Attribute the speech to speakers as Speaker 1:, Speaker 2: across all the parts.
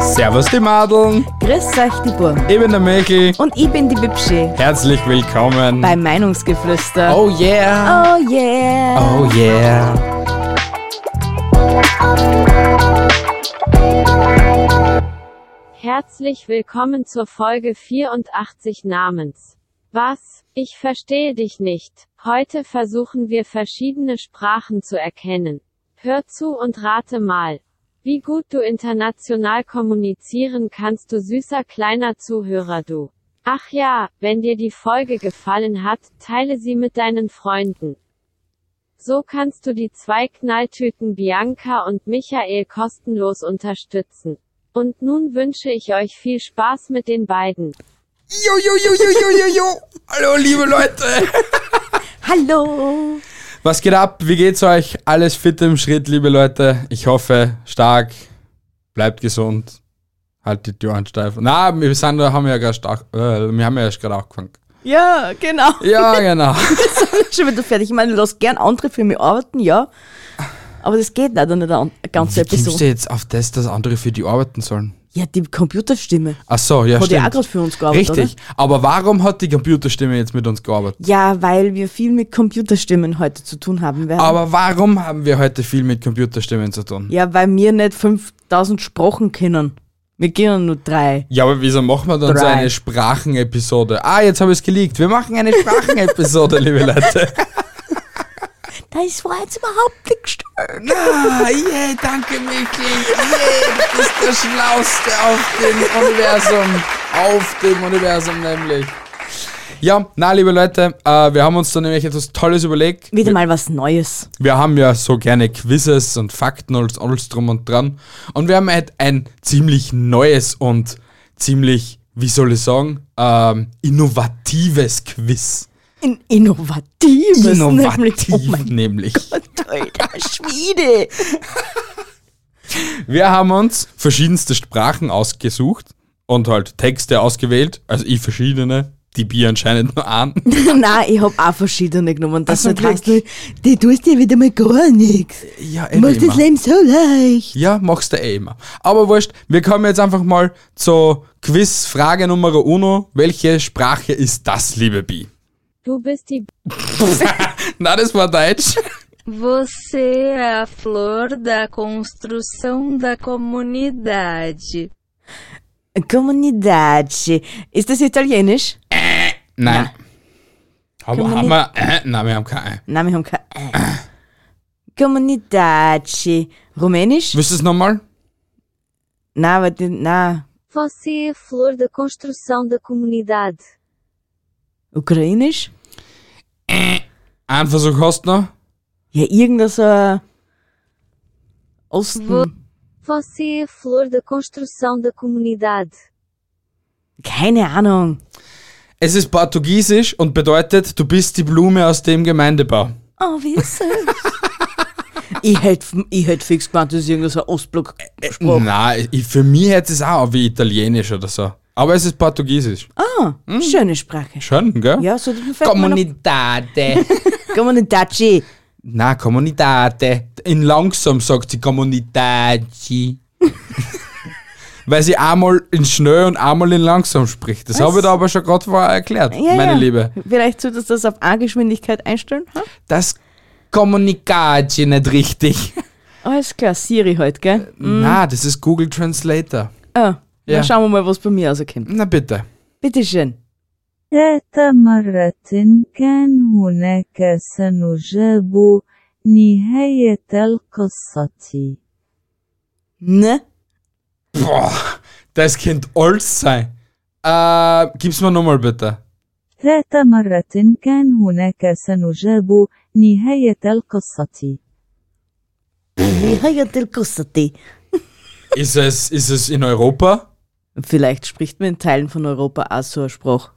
Speaker 1: Servus die Madeln,
Speaker 2: Grüß euch, die Burm.
Speaker 1: ich bin der Michi.
Speaker 2: Und ich bin die Bibschi
Speaker 1: Herzlich willkommen.
Speaker 2: bei Meinungsgeflüster.
Speaker 1: Oh yeah.
Speaker 2: Oh yeah.
Speaker 1: Oh yeah.
Speaker 3: Herzlich willkommen zur Folge 84 namens Was? Ich verstehe dich nicht. Heute versuchen wir verschiedene Sprachen zu erkennen. Hör zu und rate mal. Wie gut du international kommunizieren kannst, du süßer kleiner Zuhörer du. Ach ja, wenn dir die Folge gefallen hat, teile sie mit deinen Freunden. So kannst du die zwei Knalltüten Bianca und Michael kostenlos unterstützen. Und nun wünsche ich euch viel Spaß mit den beiden.
Speaker 1: Jo, jo, jo, jo, jo, jo, jo. Hallo liebe Leute.
Speaker 2: Hallo.
Speaker 1: Was geht ab? Wie geht's euch? Alles fit im Schritt, liebe Leute. Ich hoffe, stark. Bleibt gesund. Haltet die Ohren steif. Na, wir sind, da- haben ja gerade stark, äh, wir haben ja erst gerade angefangen.
Speaker 2: Ja, genau.
Speaker 1: Ja, genau.
Speaker 2: Schon wieder fertig. Ich meine, du lässt gern andere für mich arbeiten, ja. Aber das geht leider nicht eine ganze
Speaker 1: Wie kommst
Speaker 2: Episode.
Speaker 1: du jetzt auf das, dass andere für die arbeiten sollen?
Speaker 2: Ja, die Computerstimme
Speaker 1: Ach so, ja,
Speaker 2: hat ja auch
Speaker 1: stimmt.
Speaker 2: gerade für uns gearbeitet,
Speaker 1: Richtig. Aber warum hat die Computerstimme jetzt mit uns gearbeitet?
Speaker 2: oder? Ja, weil wir viel mit Computerstimmen heute zu tun haben werden.
Speaker 1: Aber warum haben wir heute viel mit Computerstimmen zu tun?
Speaker 2: ja, weil wir nicht 5000 Sprachen kennen. Wir kennen nur drei.
Speaker 1: Ja, aber wieso machen wir dann so
Speaker 2: Drei.
Speaker 1: eine Sprachenepisode? Ah, jetzt habe ich es geleakt. Wir machen eine Sprachenepisode, liebe Leute.
Speaker 2: Da ist vor jetzt überhaupt nichts gestört.
Speaker 1: Ah, yeah, danke, Michi. Yeah, du bist der Schlauste auf dem Universum. Auf dem Universum nämlich. Ja, na, liebe Leute, äh, wir haben uns da nämlich etwas Tolles überlegt.
Speaker 2: Wieder mal was Neues.
Speaker 1: Wir haben ja so gerne Quizzes und Fakten und alles drum und dran. Und wir haben halt ein ziemlich neues und ziemlich, wie soll ich sagen, ähm, innovatives Quiz.
Speaker 2: Ein innovatives.
Speaker 1: Innovativ
Speaker 2: Nämlich. Oh mein
Speaker 1: nämlich.
Speaker 2: Gott, alter Schwede.
Speaker 1: Wir haben uns verschiedenste Sprachen ausgesucht und halt Texte ausgewählt. Also ich verschiedene, die Bier anscheinend nur an.
Speaker 2: Nein, ich hab auch verschiedene genommen. Das
Speaker 1: Ach,
Speaker 2: nicht
Speaker 1: zum
Speaker 2: heißt, du, du tust dir wieder mal gar nichts.
Speaker 1: Ja,
Speaker 2: Du machst das Leben so leicht.
Speaker 1: Ja, machst du eh immer. Aber wurscht, wir kommen jetzt einfach mal zur Quiz-Frage Nummer uno. Welche Sprache ist das, liebe Bi?
Speaker 3: Du bist die
Speaker 1: Na, das war Deutsch.
Speaker 4: Você é a flor da construção da comunidade.
Speaker 2: Comunidade. Ist das italienisch?
Speaker 1: Nein. Aber
Speaker 2: Kann man
Speaker 1: haben wir. Äh, nein, wir haben keine.
Speaker 2: Nein, wir haben kein. Äh. Comunidade. Rumänisch?
Speaker 1: Willst du es nochmal?
Speaker 2: Nein, aber die, nein.
Speaker 3: Você é a flor da construção da comunidade.
Speaker 2: Ukrainisch?
Speaker 1: Einen Versuch hast du noch?
Speaker 2: Ja, irgendwas so. ein Osten.
Speaker 3: Você é a flor da construção da comunidade.
Speaker 2: Keine Ahnung.
Speaker 1: Es ist Portugiesisch und bedeutet, du bist die Blume aus dem Gemeindebau.
Speaker 2: Oh, wie süß. ich hätte ich hätt fix gemeint, das ist irgendein so ein Ostblock. Oh. mhm.
Speaker 1: Nein, ich, für mich hätte es auch wie Italienisch oder so. Aber es ist Portugiesisch.
Speaker 2: Ah,
Speaker 1: Hm?
Speaker 2: schöne Sprache.
Speaker 1: Schön, gell?
Speaker 2: Ja, so die
Speaker 1: Comunitate.
Speaker 2: Comunidade.
Speaker 1: Na, Comunitate. In langsam sagt sie Comunitate. Weil sie einmal in schnell und einmal in langsam spricht. Das habe ich da aber schon gerade vorher erklärt,
Speaker 2: Ja,
Speaker 1: meine
Speaker 2: ja.
Speaker 1: Liebe.
Speaker 2: Vielleicht solltest du das auf A-Geschwindigkeit einstellen. Hm?
Speaker 1: Das Kommunikati nicht richtig.
Speaker 2: Alles klar, Siri heute, gell?
Speaker 1: Na, das ist Google Translator.
Speaker 2: Ah,
Speaker 1: Äh, Ja.
Speaker 2: Dann schauen wir mal, was bei mir rauskommt.
Speaker 1: Na bitte.
Speaker 2: Bitteschön.
Speaker 5: ذات مرة كان هناك سنجاب نهاية القصة
Speaker 2: Ne?
Speaker 1: Boah, das könnte alt sein. Äh, gib's mir nochmal bitte.
Speaker 5: ذات مرة كان هناك سنجاب نهاية القصة
Speaker 1: Ist es, ist es in Europa?
Speaker 2: Vielleicht spricht man in Teilen von Europa auch so eine Sprache.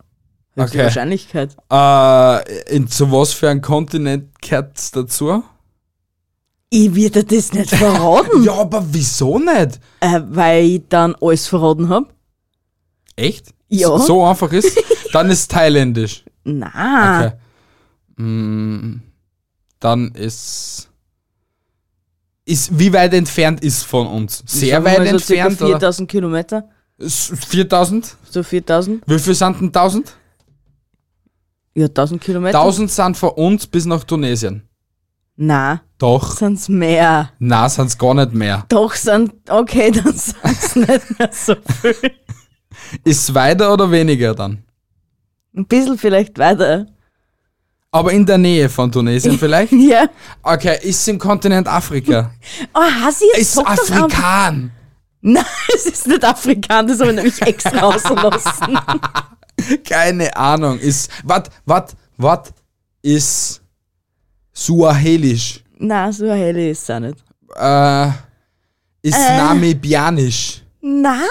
Speaker 2: Höchste
Speaker 1: Okay.
Speaker 2: Wahrscheinlichkeit.
Speaker 1: Äh, in, zu was für einem Kontinent gehört's dazu?
Speaker 2: Ich würde dir das nicht verraten,
Speaker 1: Ja, aber wieso nicht?
Speaker 2: äh, weil ich dann alles verraten habe.
Speaker 1: Echt?
Speaker 2: Ja.
Speaker 1: So einfach ist? Dann ist thailändisch.
Speaker 2: Nein.
Speaker 1: Okay. Mm, Dann ist. Ist, wie weit entfernt ist von uns? Sehr
Speaker 2: Sagen wir
Speaker 1: weit
Speaker 2: mal so circa
Speaker 1: entfernt. oder?
Speaker 2: 4000 Kilometer,
Speaker 1: S- 4000?
Speaker 2: so 4000.
Speaker 1: Wie viel sind denn 1000?
Speaker 2: Ja, 1000 Kilometer.
Speaker 1: 1000 sind von uns bis nach Tunesien.
Speaker 2: Nein,
Speaker 1: Doch,
Speaker 2: sind's mehr.
Speaker 1: na, sind's gar nicht mehr.
Speaker 2: Doch, sind, okay, dann sind's nicht mehr so viel.
Speaker 1: Ist weiter oder weniger dann?
Speaker 2: Ein bisschen vielleicht weiter.
Speaker 1: Aber in der Nähe von Tunesien vielleicht?
Speaker 2: Ja.
Speaker 1: Okay, ist im Kontinent Afrika.
Speaker 2: Oh, Hasi, jetzt
Speaker 1: Ist
Speaker 2: sag doch einfach-
Speaker 1: Afrikan.
Speaker 2: Nein, es ist nicht Afrikan, das habe ich nämlich extra ausgelassen.
Speaker 1: Keine Ahnung. Ist, wat, wat, wat ist Suahelisch?
Speaker 2: Nein, so hell ist es auch nicht.
Speaker 1: Äh, ist
Speaker 2: Äh.
Speaker 1: Namibianisch?
Speaker 2: Nein,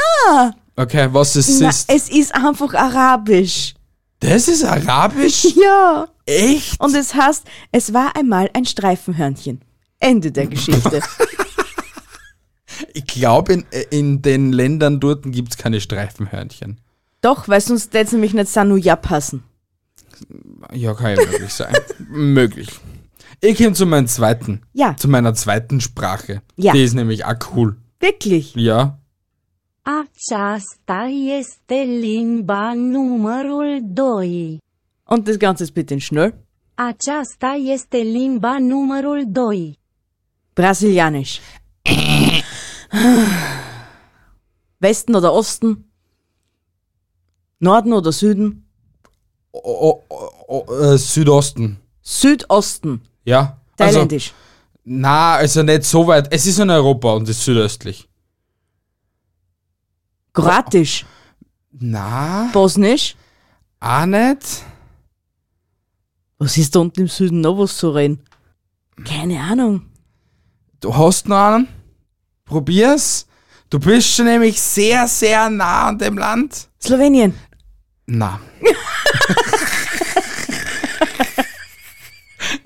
Speaker 1: Okay, was es
Speaker 2: nein,
Speaker 1: ist?
Speaker 2: es ist einfach arabisch.
Speaker 1: Das ist Arabisch?
Speaker 2: Ja.
Speaker 1: Echt?
Speaker 2: Und es heißt, es war einmal ein Streifenhörnchen. Ende der Geschichte.
Speaker 1: Ich glaube, in, in den Ländern dort gibt's keine Streifenhörnchen.
Speaker 2: Doch, weil sonst jetzt nämlich nicht Sanuja passen.
Speaker 1: Ja, kann ja möglich sein. möglich. Ich komme zu meinem zweiten.
Speaker 2: Ja.
Speaker 1: Zu meiner zweiten Sprache.
Speaker 2: Ja.
Speaker 1: Die ist nämlich auch cool.
Speaker 2: Wirklich.
Speaker 1: Ja.
Speaker 4: Aceasta este limba numărul 2.
Speaker 2: Und das Ganze ist bitte in schnell.
Speaker 4: Aceasta este limba numărul 2.
Speaker 2: Brasilianisch. Westen oder Osten? Norden oder Süden?
Speaker 1: O, o, o, äh, Südosten.
Speaker 2: Südosten.
Speaker 1: Ja. Also,
Speaker 2: Thailändisch.
Speaker 1: na, also nicht so weit. Es ist in Europa und ist südöstlich.
Speaker 2: Kroatisch.
Speaker 1: Na,
Speaker 2: Bosnisch.
Speaker 1: auch nicht.
Speaker 2: Was ist da unten im Süden noch was zu reden? Keine Ahnung.
Speaker 1: Du hast noch einen. Probier's. Du bist schon nämlich sehr, sehr nah an dem Land.
Speaker 2: Slowenien.
Speaker 1: Na.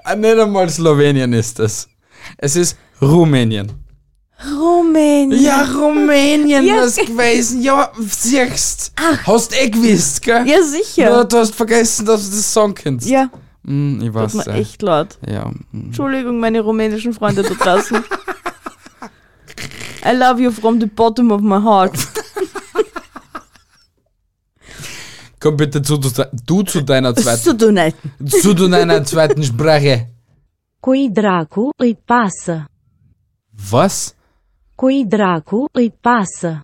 Speaker 1: Ah, Nicht einmal Slowenien ist es. Es ist Rumänien.
Speaker 2: Rumänien.
Speaker 1: Ja, Rumänien
Speaker 2: Ja. Ah.
Speaker 1: ist gewesen. Ja, siehst. Hast eh gewusst, gell?
Speaker 2: Ja, sicher.
Speaker 1: Nur du hast vergessen, dass du das sagen kannst.
Speaker 2: Ja,
Speaker 1: Hm, ich
Speaker 2: tut
Speaker 1: weiß
Speaker 2: mir
Speaker 1: ja.
Speaker 2: echt leid.
Speaker 1: Ja. hm.
Speaker 2: Entschuldigung, meine rumänischen Freunde da draußen. I love you from the bottom of my heart.
Speaker 1: Komm bitte zu, du, du zu deiner zweiten,
Speaker 2: Zu du nicht.
Speaker 1: zu deiner zweiten Sprache.
Speaker 4: Cui dracu îi pasă?
Speaker 1: Was?
Speaker 4: Cui dracu îi pasă?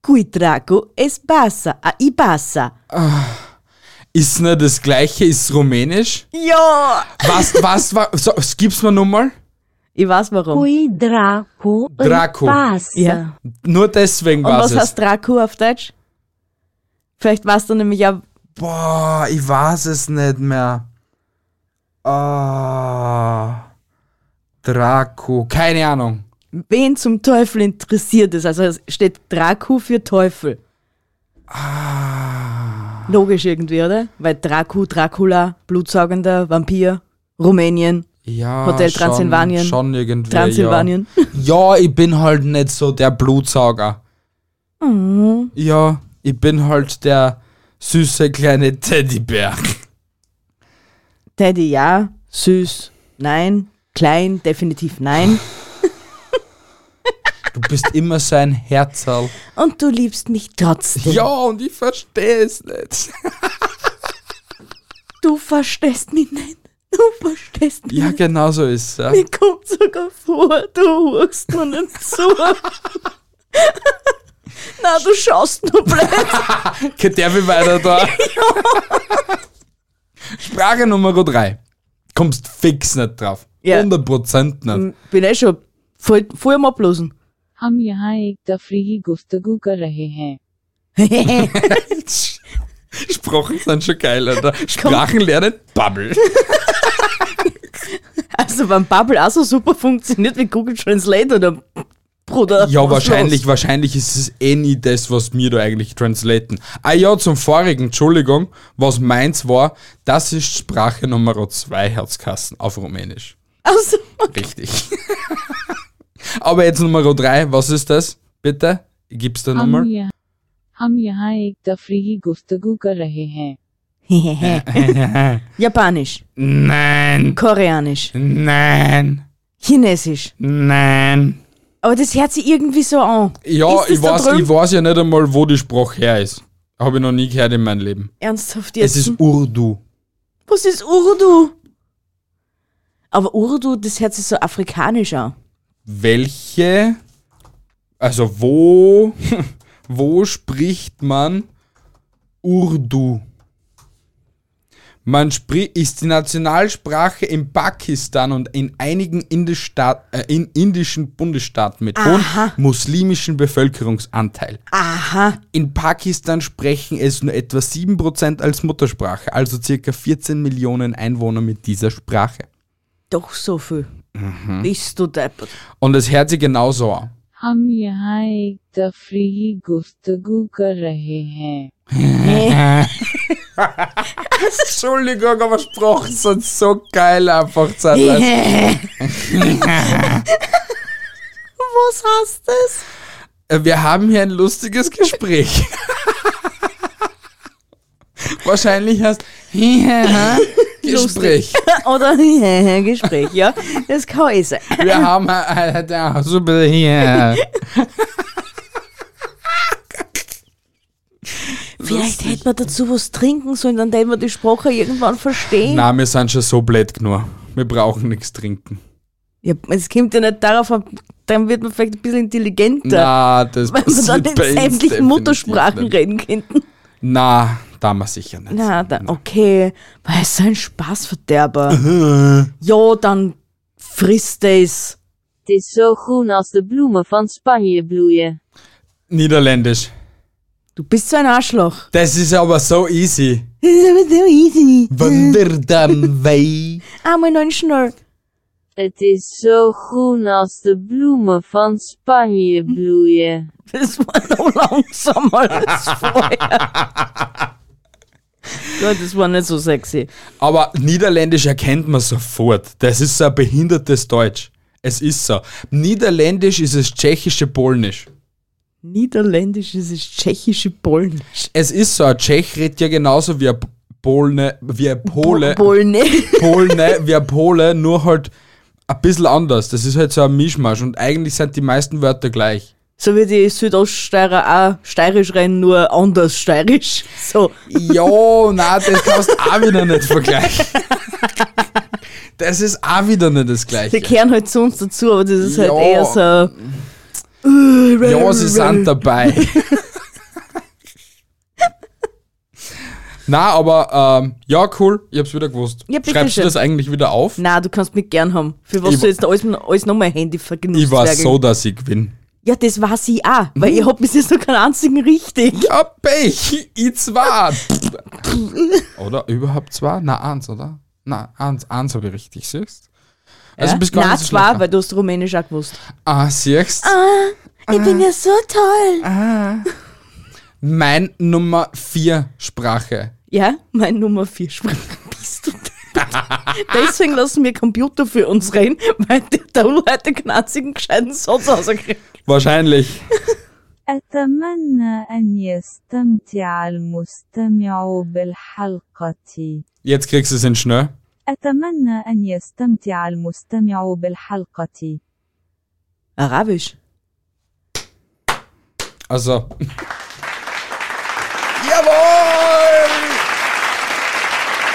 Speaker 2: Cui trago es passa, a i passa.
Speaker 1: Ist nicht das gleiche, ist Rumänisch?
Speaker 2: Ja!
Speaker 1: Was, was war, so, gib's mir nochmal?
Speaker 2: Ich weiß warum.
Speaker 4: Cui dracu îi
Speaker 1: Dracu.
Speaker 4: pasă?
Speaker 2: Ja.
Speaker 1: Nur deswegen
Speaker 2: Und
Speaker 1: war's
Speaker 2: was
Speaker 1: es.
Speaker 2: heißt Draco auf Deutsch? Vielleicht weißt du nämlich ja,
Speaker 1: Boah, ich weiß es nicht mehr. Ah, Draco. Keine Ahnung.
Speaker 2: wen zum Teufel interessiert es. Also es steht Draco für Teufel. Logisch irgendwie, oder? Weil Draco, Dracula, blutsaugender Vampir, Rumänien,
Speaker 1: Ja,
Speaker 2: Hotel
Speaker 1: schon,
Speaker 2: Transsilvanien.
Speaker 1: Schon irgendwie.
Speaker 2: Transsilvanien.
Speaker 1: Ja. ja, ich bin halt nicht so der Blutsauger.
Speaker 2: Mhm.
Speaker 1: Ja, ich bin halt der süße kleine Teddybär.
Speaker 2: Teddy ja, süß, nein, klein, definitiv nein.
Speaker 1: Du bist immer so ein Herzerl.
Speaker 2: Und du liebst mich trotzdem.
Speaker 1: Ja, und ich verstehe es nicht.
Speaker 2: Du verstehst mich nicht. Du verstehst mich
Speaker 1: Ja,
Speaker 2: nicht.
Speaker 1: genau so ist ja.
Speaker 2: Mir kommt sogar vor, du hörst mir nicht zu. Na, du schaust nur blöd.
Speaker 1: Geht der wie weiter da? Sprache Nummer 3. Kommst fix nicht drauf.
Speaker 2: Ja.
Speaker 1: 100% nicht.
Speaker 2: Bin eh schon voll, voll am Ablosen.
Speaker 6: हम यहाँ एक तफरीही गुफ्तगू कर रहे हैं
Speaker 1: Sprachen sind schon geil, Alter. Sprachen lernen, Bubble.
Speaker 2: also, wenn Bubble auch so super funktioniert wie Google Translate oder Bruder.
Speaker 1: Ja,
Speaker 2: was
Speaker 1: wahrscheinlich,
Speaker 2: los?
Speaker 1: wahrscheinlich ist es eh nie das, was wir da eigentlich translaten. Ah ja, zum vorigen, Entschuldigung, was meins war, das ist Sprache Nummer 2, Herzkassen, auf Rumänisch.
Speaker 2: Also,
Speaker 1: Richtig. Aber jetzt Nummer 3, was ist das? Bitte? Gib's da
Speaker 6: हम
Speaker 1: nochmal?
Speaker 6: यहाँ हम यहाँ एक तफरीही गुफ्तगू कर रहे हैं
Speaker 2: Japanisch,
Speaker 1: nein,
Speaker 2: Koreanisch,
Speaker 1: nein,
Speaker 2: Chinesisch.
Speaker 1: nein.
Speaker 2: Aber das hört sich irgendwie so an.
Speaker 1: Ja,
Speaker 2: Ist das
Speaker 1: ich
Speaker 2: da
Speaker 1: weiß,
Speaker 2: drüben?
Speaker 1: ich weiß ja nicht einmal, wo die Sprache her ist. Habe ich noch nie gehört in meinem Leben.
Speaker 2: Ernsthaft jetzt?
Speaker 1: Es ist Urdu.
Speaker 2: Was ist Urdu? Aber Urdu, das hört sich so afrikanisch an.
Speaker 1: Welche, also wo, wo spricht man Urdu? Man spricht, ist die Nationalsprache in Pakistan und in einigen Indischstaat, äh, in indischen Bundesstaaten mit hohem muslimischen Bevölkerungsanteil.
Speaker 2: Aha.
Speaker 1: In Pakistan sprechen es nur etwa 7% als Muttersprache, also circa 14 Millionen Einwohner mit dieser Sprache.
Speaker 2: Doch so viel.
Speaker 1: Mhm.
Speaker 2: Bist du deppert.
Speaker 1: Und es hört sich genauso an.
Speaker 6: हम यहाँ एक तफरीही गुफ्तगू कर रहे हैं
Speaker 1: Entschuldigung, aber Sprachen sind so geil einfach zeitweise.
Speaker 2: Was heißt das?
Speaker 1: Äh, Wir haben hier ein lustiges Gespräch. Wahrscheinlich heißt Gespräch.
Speaker 2: Oder Gespräch, ja? Das kann ich sein.
Speaker 1: Wir haben äh, äh, ja, super hier.
Speaker 2: Vielleicht hätten wir dazu was trinken sollen, dann hätten wir die Sprache irgendwann verstehen.
Speaker 1: Na, wir sind schon so blöd genug. Wir brauchen nichts trinken.
Speaker 2: Ja, es kommt ja nicht darauf an, dann wird man vielleicht ein bisschen intelligenter,
Speaker 1: Na, das
Speaker 2: weil wir
Speaker 1: passiert
Speaker 2: dann in
Speaker 1: bei uns definitiv
Speaker 2: sämtlichen Muttersprachen
Speaker 1: nicht.
Speaker 2: reden könnten.
Speaker 1: Na, da mal sicher nicht.
Speaker 2: Na, da, okay, weil es so ein Spaßverderber. ja, dann frisst es.
Speaker 3: Het is zo groen als de bloemen van Spanje bloeien.
Speaker 1: Niederländisch.
Speaker 2: Du bist so ein Arschloch.
Speaker 1: Das ist aber so easy.
Speaker 2: Das ist aber so easy.
Speaker 1: Wanderdam wei.
Speaker 2: Einmal noch schnell.
Speaker 3: Het is zo groen als de bloemen van Spanje bloeien.
Speaker 2: Das war noch langsamer als vorher. Gott, das war nicht so sexy.
Speaker 1: Aber Niederländisch erkennt man sofort. Das ist so ein behindertes Deutsch. Es ist so. Niederländisch ist das tschechische Polnisch.
Speaker 2: Niederländisch ist das tschechische Polnisch.
Speaker 1: Es ist so. Ein Tschech redet ja genauso wie ein Polne, wie ein Pole,
Speaker 2: Polnisch.
Speaker 1: Polne, wie ein Pole, nur halt ein bisschen anders. Das ist halt so ein Mischmasch und eigentlich sind die meisten Wörter gleich.
Speaker 2: So wie die Südoststeirer auch steirisch rein, nur anders steirisch. So.
Speaker 1: Jo, na, das kannst du auch wieder nicht vergleichen. Das ist auch wieder nicht das
Speaker 2: Die
Speaker 1: Gleiche.
Speaker 2: kehren halt zu uns dazu, aber das ist halt
Speaker 1: Ja.
Speaker 2: eher so.
Speaker 1: Ja, sie sind dabei. Na, aber ähm, ja, cool, ich hab's wieder gewusst.
Speaker 2: Ja, bitte
Speaker 1: Schreibst
Speaker 2: schön.
Speaker 1: du das eigentlich wieder auf?
Speaker 2: Na, du kannst mich gern haben. Für was
Speaker 1: Ich
Speaker 2: du jetzt alles, alles nochmal Handy vergnügst.
Speaker 1: ich war so, Mhm. dass ich gewinne.
Speaker 2: Ja, das war sie auch, weil ich hab bis jetzt noch keinen einzigen richtig.
Speaker 1: Ja, Pech, ich zwar. oder überhaupt zwar? Na, eins, oder? Na, eins, eins habe ich richtig, siehst Also,
Speaker 2: ja?
Speaker 1: bist gar
Speaker 2: Nein,
Speaker 1: nicht so
Speaker 2: zwar,
Speaker 1: schlecht.
Speaker 2: weil du hast Rumänisch auch gewusst.
Speaker 1: Ah, siehst Ah.
Speaker 2: Ich bin ja so toll.
Speaker 1: Mein Nummer 4 Sprache.
Speaker 2: Ja, mein Nummer 4 Sprache. Bist du deppert? Deswegen lassen wir Computer für uns reden, weil der Daul heute keinen einzigen gescheiten Satz rausgekriegt.
Speaker 1: Wahrscheinlich.
Speaker 5: أتمنى أن يستمتع المستمع بالحلقة.
Speaker 1: Jetzt kriegst du es in schnell.
Speaker 5: أتمنى أن يستمتع المستمع بالحلقة.
Speaker 2: Arabisch.
Speaker 1: Also. Jawohl!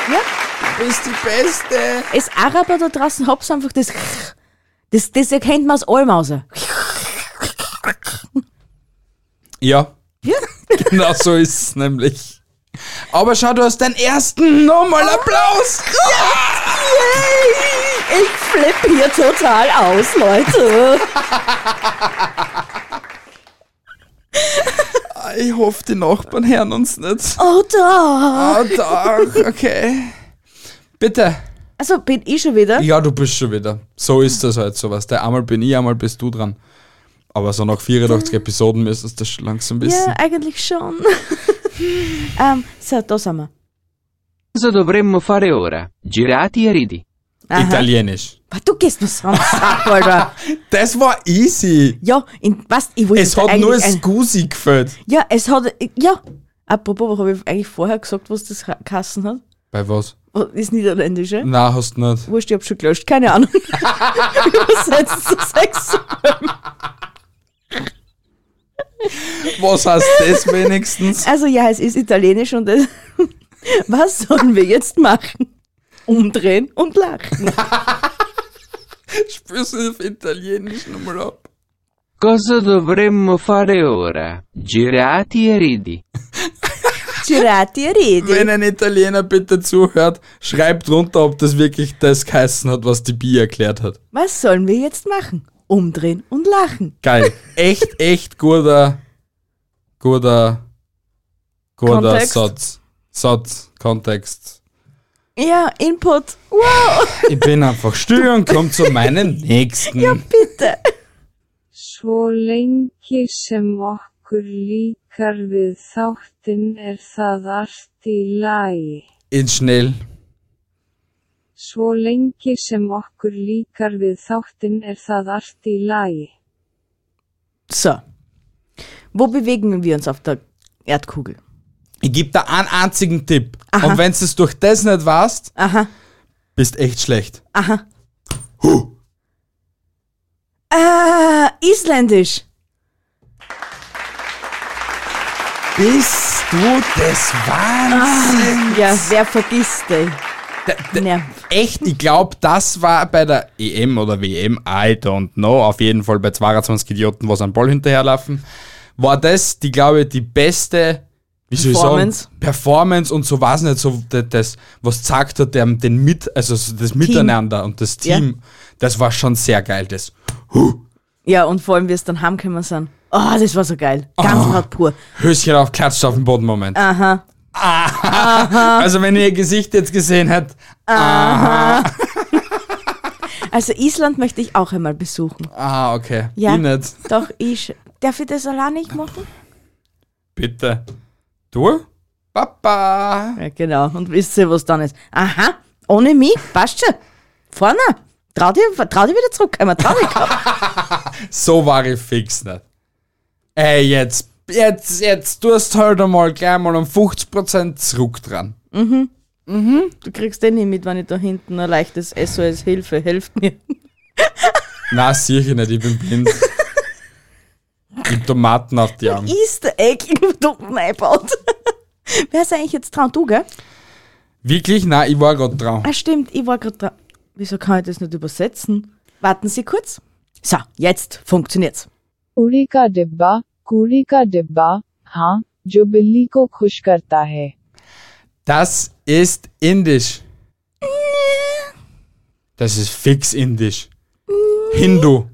Speaker 2: Ja.
Speaker 1: Du bist die Beste!
Speaker 2: Es Araber da draußen hab's einfach das. Das, das erkennt man aus allem raus.
Speaker 1: Ja. Genau so ist es nämlich. Aber schau, du hast deinen ersten nochmal Applaus!
Speaker 2: Ich flippe hier total aus, Leute.
Speaker 1: Ah, Ich hoffe, die Nachbarn hören uns nicht.
Speaker 2: Oh da.
Speaker 1: Ah, doch, okay. Bitte.
Speaker 2: Also bin ich schon wieder.
Speaker 1: Ja, du bist schon wieder. So ist das halt sowas. Der einmal bin ich, einmal bist du dran. Aber so nach 84 Episoden müsstest du das schon langsam wissen.
Speaker 2: Ja, eigentlich schon. ähm, so, da sind wir.
Speaker 7: Cosa dovremmo fare ora? Girati e ridi.
Speaker 1: Italienisch.
Speaker 2: Wah, Du gehst nur sonst ab, Alter.
Speaker 1: Das war easy.
Speaker 2: Ja, in, was, ich wollte
Speaker 1: Es
Speaker 2: da
Speaker 1: hat nur
Speaker 2: eigentlich ein-
Speaker 1: Scusi gefällt.
Speaker 2: Ja, es hat, ja, Apropos, was habe ich eigentlich vorher gesagt, was das Ra- Kassen hat?
Speaker 1: Bei was?
Speaker 2: Was- Das Niederländische?
Speaker 1: Na, hast du nicht.
Speaker 2: Wurscht, ich habe schon gelöscht. Keine Ahnung. Übersetzt zu Sex.
Speaker 1: Was heißt das wenigstens?
Speaker 2: Also ja, es ist italienisch und es was sollen wir jetzt machen? Umdrehen und lachen.
Speaker 1: Spürst du auf Italienisch nochmal ab?
Speaker 7: Cosa dovremmo fare ora? Girati e ridi.
Speaker 2: Girati e
Speaker 1: Wenn
Speaker 2: redi.
Speaker 1: ein Italiener bitte zuhört, schreibt runter, ob das wirklich das geheißen hat, was die Bi erklärt hat.
Speaker 2: Was sollen wir jetzt machen? Umdrehen und lachen.
Speaker 1: Geil. Echt, echt guter, guter, guter
Speaker 2: Kontext.
Speaker 1: Satz. Satz, Kontext.
Speaker 2: Ja, Input. Wow,
Speaker 1: Ich bin einfach still und komm zu meinem Nächsten.
Speaker 2: bitte.
Speaker 6: Svo lengi sem okkur líkar við þáttinn er það allt í lagi.
Speaker 1: In schnell.
Speaker 6: Svo lengi sem okkur líkar við þáttinn er það allt í lagi.
Speaker 2: So. Wo bewegen wir uns auf der Erdkugel?
Speaker 1: Ich gebe da einen einzigen Tipp.
Speaker 2: Aha.
Speaker 1: Und wenn du es durch das nicht weißt,
Speaker 2: Aha,
Speaker 1: bist echt schlecht.
Speaker 2: aha.
Speaker 1: Huh.
Speaker 2: Ah, Isländisch.
Speaker 1: Bist du des Wahnsinns?
Speaker 2: Ja, wer vergisst ey? Ja.
Speaker 1: Echt, ich glaube, das war bei der EM oder WM, I don't know, auf jeden Fall bei 22 Idioten, was am Ball hinterherlaufen, war das, die glaube ich, die beste wie soll ich
Speaker 2: Performance.
Speaker 1: sagen, Performance und so war es nicht, so das- das, was gesagt hat, der, den Mit, also so das Miteinander und das
Speaker 2: Ja.
Speaker 1: Team, das war schon sehr geil, das.
Speaker 2: ja, und vor allem, wie es dann heimgekommen sind. Oh, das war so geil. Ganz
Speaker 1: Ah.
Speaker 2: hart pur.
Speaker 1: Höschen auf, klatscht auf den Boden, Moment. Aha. Also wenn ihr ihr Gesicht jetzt gesehen hättet,
Speaker 2: Also Island möchte ich auch einmal besuchen.
Speaker 1: ah, okay,
Speaker 2: Ja.
Speaker 1: ich nicht,
Speaker 2: Doch, ich. Darf ich das allein nicht machen?
Speaker 1: bitte. Du? Papa.
Speaker 2: Ja, genau. Und wisst ihr, was dann ist? Aha, ohne mich, passt schon. Vorne. Trau dich, trau dich wieder zurück. Einmal trau dich. komm.
Speaker 1: So war ich fix nicht. Ey, jetzt, jetzt, jetzt tust halt einmal gleich mal um 50% zurück dran.
Speaker 2: Du kriegst den nicht mit, wenn ich da hinten ein leichtes SOS Hilfe, helft mir.
Speaker 1: Na, sicher ich nicht, ich bin blind. Gib Tomaten auf die Augen.
Speaker 2: Easter Egg irgendwo unten einbaut. Wer ist eigentlich jetzt dran? Du, gell?
Speaker 1: Wirklich? Na, ich war gerade dran.
Speaker 2: Ah, stimmt, ich war gerade dran. Wieso kann ich das nicht übersetzen? Warten Sie kurz. So, jetzt funktioniert's.
Speaker 6: उड़ी का डिब्बा कूड़ी का डिब्बा हाँ जो बिल्ली को खुश करता है
Speaker 1: Das ist indisch. Das ist fix indisch. Hindu.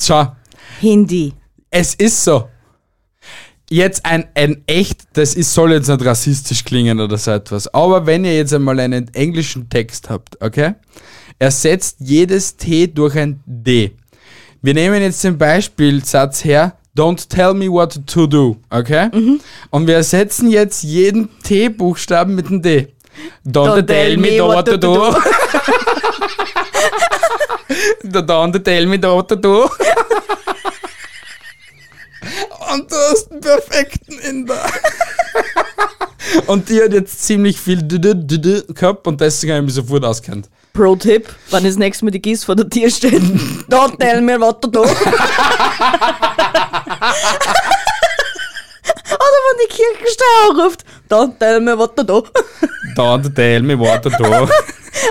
Speaker 1: Schau,
Speaker 2: Hindi.
Speaker 1: Es ist so. Jetzt ein, ein echt, das ist, soll jetzt nicht rassistisch klingen oder so etwas, aber wenn ihr jetzt einmal einen englischen Text habt, okay? Ersetzt jedes T durch ein D. Wir nehmen jetzt den Beispielsatz her, don't tell me what to do, okay? Und wir ersetzen jetzt jeden T-Buchstaben mit einem D. Don't, tell me what to do. Don't tell me what to do. Und du hast einen perfekten Inder. Und die hat jetzt ziemlich viel d -d -d -d gehabt und deswegen habe ich mich sofort auskennt.
Speaker 2: Pro-Tipp, wenn das nächste Mal die Gis vor der Tür steht, don't tell me what to do. Oder Also, wenn die Kirchensteuer ruft, don't tell me what to do.
Speaker 1: Don't tell me what to do.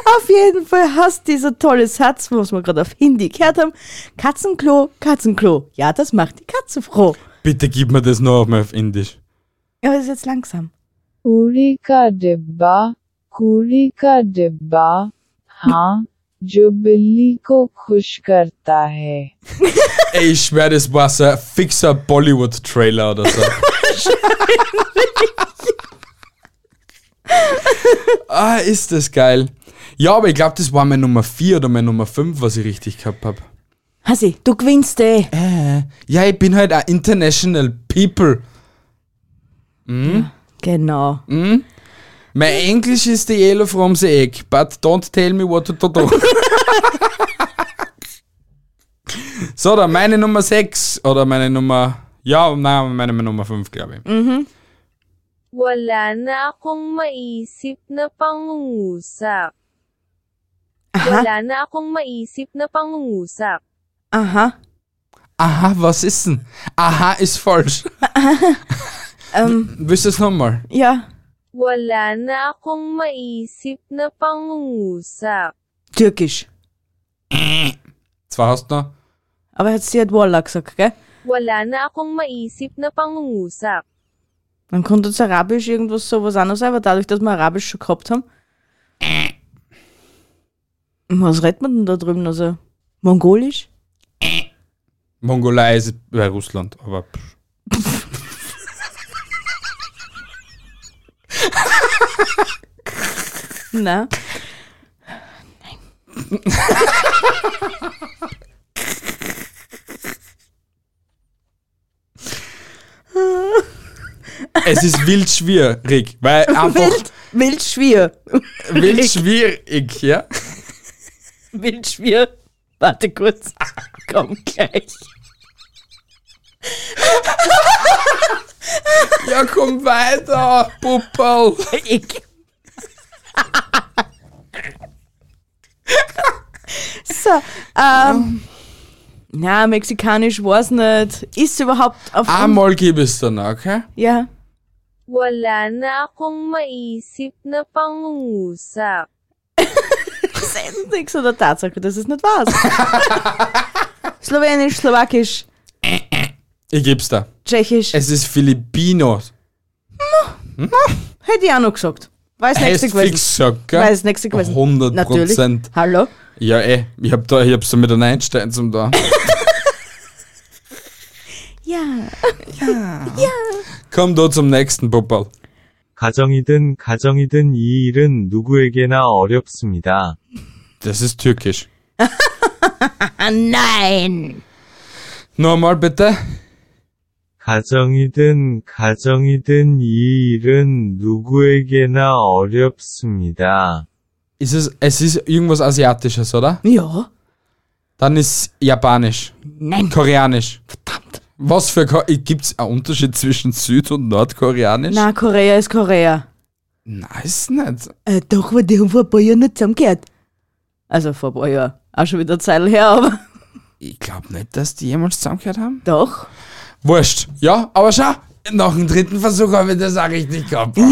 Speaker 2: Auf jeden Fall hast dieser tolle Satz, was wir gerade auf Hindi gehört haben. Katzenklo, Katzenklo. Ja, das macht die Katze froh.
Speaker 1: Bitte gib mir das noch einmal auf Indisch.
Speaker 2: Aber das ist jetzt langsam.
Speaker 6: उड़ी का डिब्बा कूड़ी का डिब्बा हाँ जो बिल्ली को खुश करता है
Speaker 1: Ey, ich schwör, das war so ein fixer Bollywood-Trailer oder so. ah, ist das geil. Ja, aber ich glaube, das war mein Nummer 4 oder mein Nummer 5, was ich richtig gehabt habe.
Speaker 2: Hasi, du gewinnst eh.
Speaker 1: Ja, ich bin halt ein International People.
Speaker 2: Genau.
Speaker 1: My English is the yellow from the egg, but don't tell me what to do. so, dann meine Nummer 6 oder meine Nummer, Ja, nein, wir meinen wir Nummer 5, glaube ich.
Speaker 2: Mhm.
Speaker 3: Wala na akong maisip na pangungusap.
Speaker 2: Aha,
Speaker 3: Wala na akong maisip na pangungusap.
Speaker 2: aha.
Speaker 1: Aha, was ist denn? Aha ist falsch.
Speaker 2: Ähm,
Speaker 1: Willst du es nochmal?
Speaker 2: ja.
Speaker 3: Wala na akong maisip na pangungusap.
Speaker 2: Türkisch.
Speaker 1: Zwei hast du noch?
Speaker 2: Aber jetzt sie hat Walla gesagt, gell?
Speaker 3: Wala na akong maisip na pangungusap.
Speaker 2: Man konnte jetzt Arabisch irgendwas sowas anderes sein, aber dadurch, dass wir Arabisch schon gehabt haben. Was redet man denn da drüben? Also, Mongolisch?
Speaker 1: Mongolei ist bei Russland, aber. pff.
Speaker 2: Nein.
Speaker 1: Es ist wild schwierig, weil einfach
Speaker 2: Wild, wild schwier.
Speaker 1: wild schwierig, ja?
Speaker 2: Wild schwier. Warte kurz. Komm gleich.
Speaker 1: Ja, komm weiter, Puppel.
Speaker 2: Äh, Ich. so, ähm. Na, mexikanisch war's nicht. Ist überhaupt auf.
Speaker 1: Einmal gib es dann, okay?
Speaker 2: ja.
Speaker 3: Wala na akong maisip na pangungusap.
Speaker 2: Nix oder Tatsache, das ist nicht wahr. Slowenisch, Slowakisch,
Speaker 1: Ich geb's da.
Speaker 2: Tschechisch.
Speaker 1: Es ist Filipinos.
Speaker 2: Hätte ich auch noch gesagt. Weiß
Speaker 1: Heißt
Speaker 2: nächste
Speaker 1: fix
Speaker 2: gewesen.
Speaker 1: gesagt, gell?
Speaker 2: Weiß nächste gewesen.
Speaker 1: 100
Speaker 2: Natürlich.
Speaker 1: Prozent.
Speaker 2: Hallo?
Speaker 1: Ja, ey, ich hab da, ich hab's da mit einem Einstein zum da.
Speaker 2: Ja.
Speaker 1: Komm da zum nächsten Puppel.
Speaker 8: 가정이든 가정이든 이 일은 누구에게나 어렵습니다.
Speaker 1: Das ist türkisch.
Speaker 2: Ah, nein.
Speaker 1: Nochmal bitte.
Speaker 8: 가정이든 가정이든 이 일은 누구에게나 어렵습니다.
Speaker 1: Ist es, es ist irgendwas Asiatisches, oder?
Speaker 2: Ja.
Speaker 1: Dann ist Japanisch.
Speaker 2: Nein.
Speaker 1: Koreanisch.
Speaker 2: Verdammt.
Speaker 1: Was für Ko äh, gibt's einen Unterschied zwischen Süd- und Nordkoreanisch?
Speaker 2: Na, Korea ist Korea.
Speaker 1: Nein, ist nicht.
Speaker 2: Äh, doch, weil die haben vor ein paar Jahren nicht zusammengehört. Also vor ein paar Jahren. Auch schon wieder Zeil her, aber
Speaker 1: Ich glaube nicht, dass die jemals zusammengehört haben.
Speaker 2: doch.
Speaker 1: Wurscht. Ja, aber schau, nach dem dritten Versuch haben wir das auch richtig gehabt. Ja.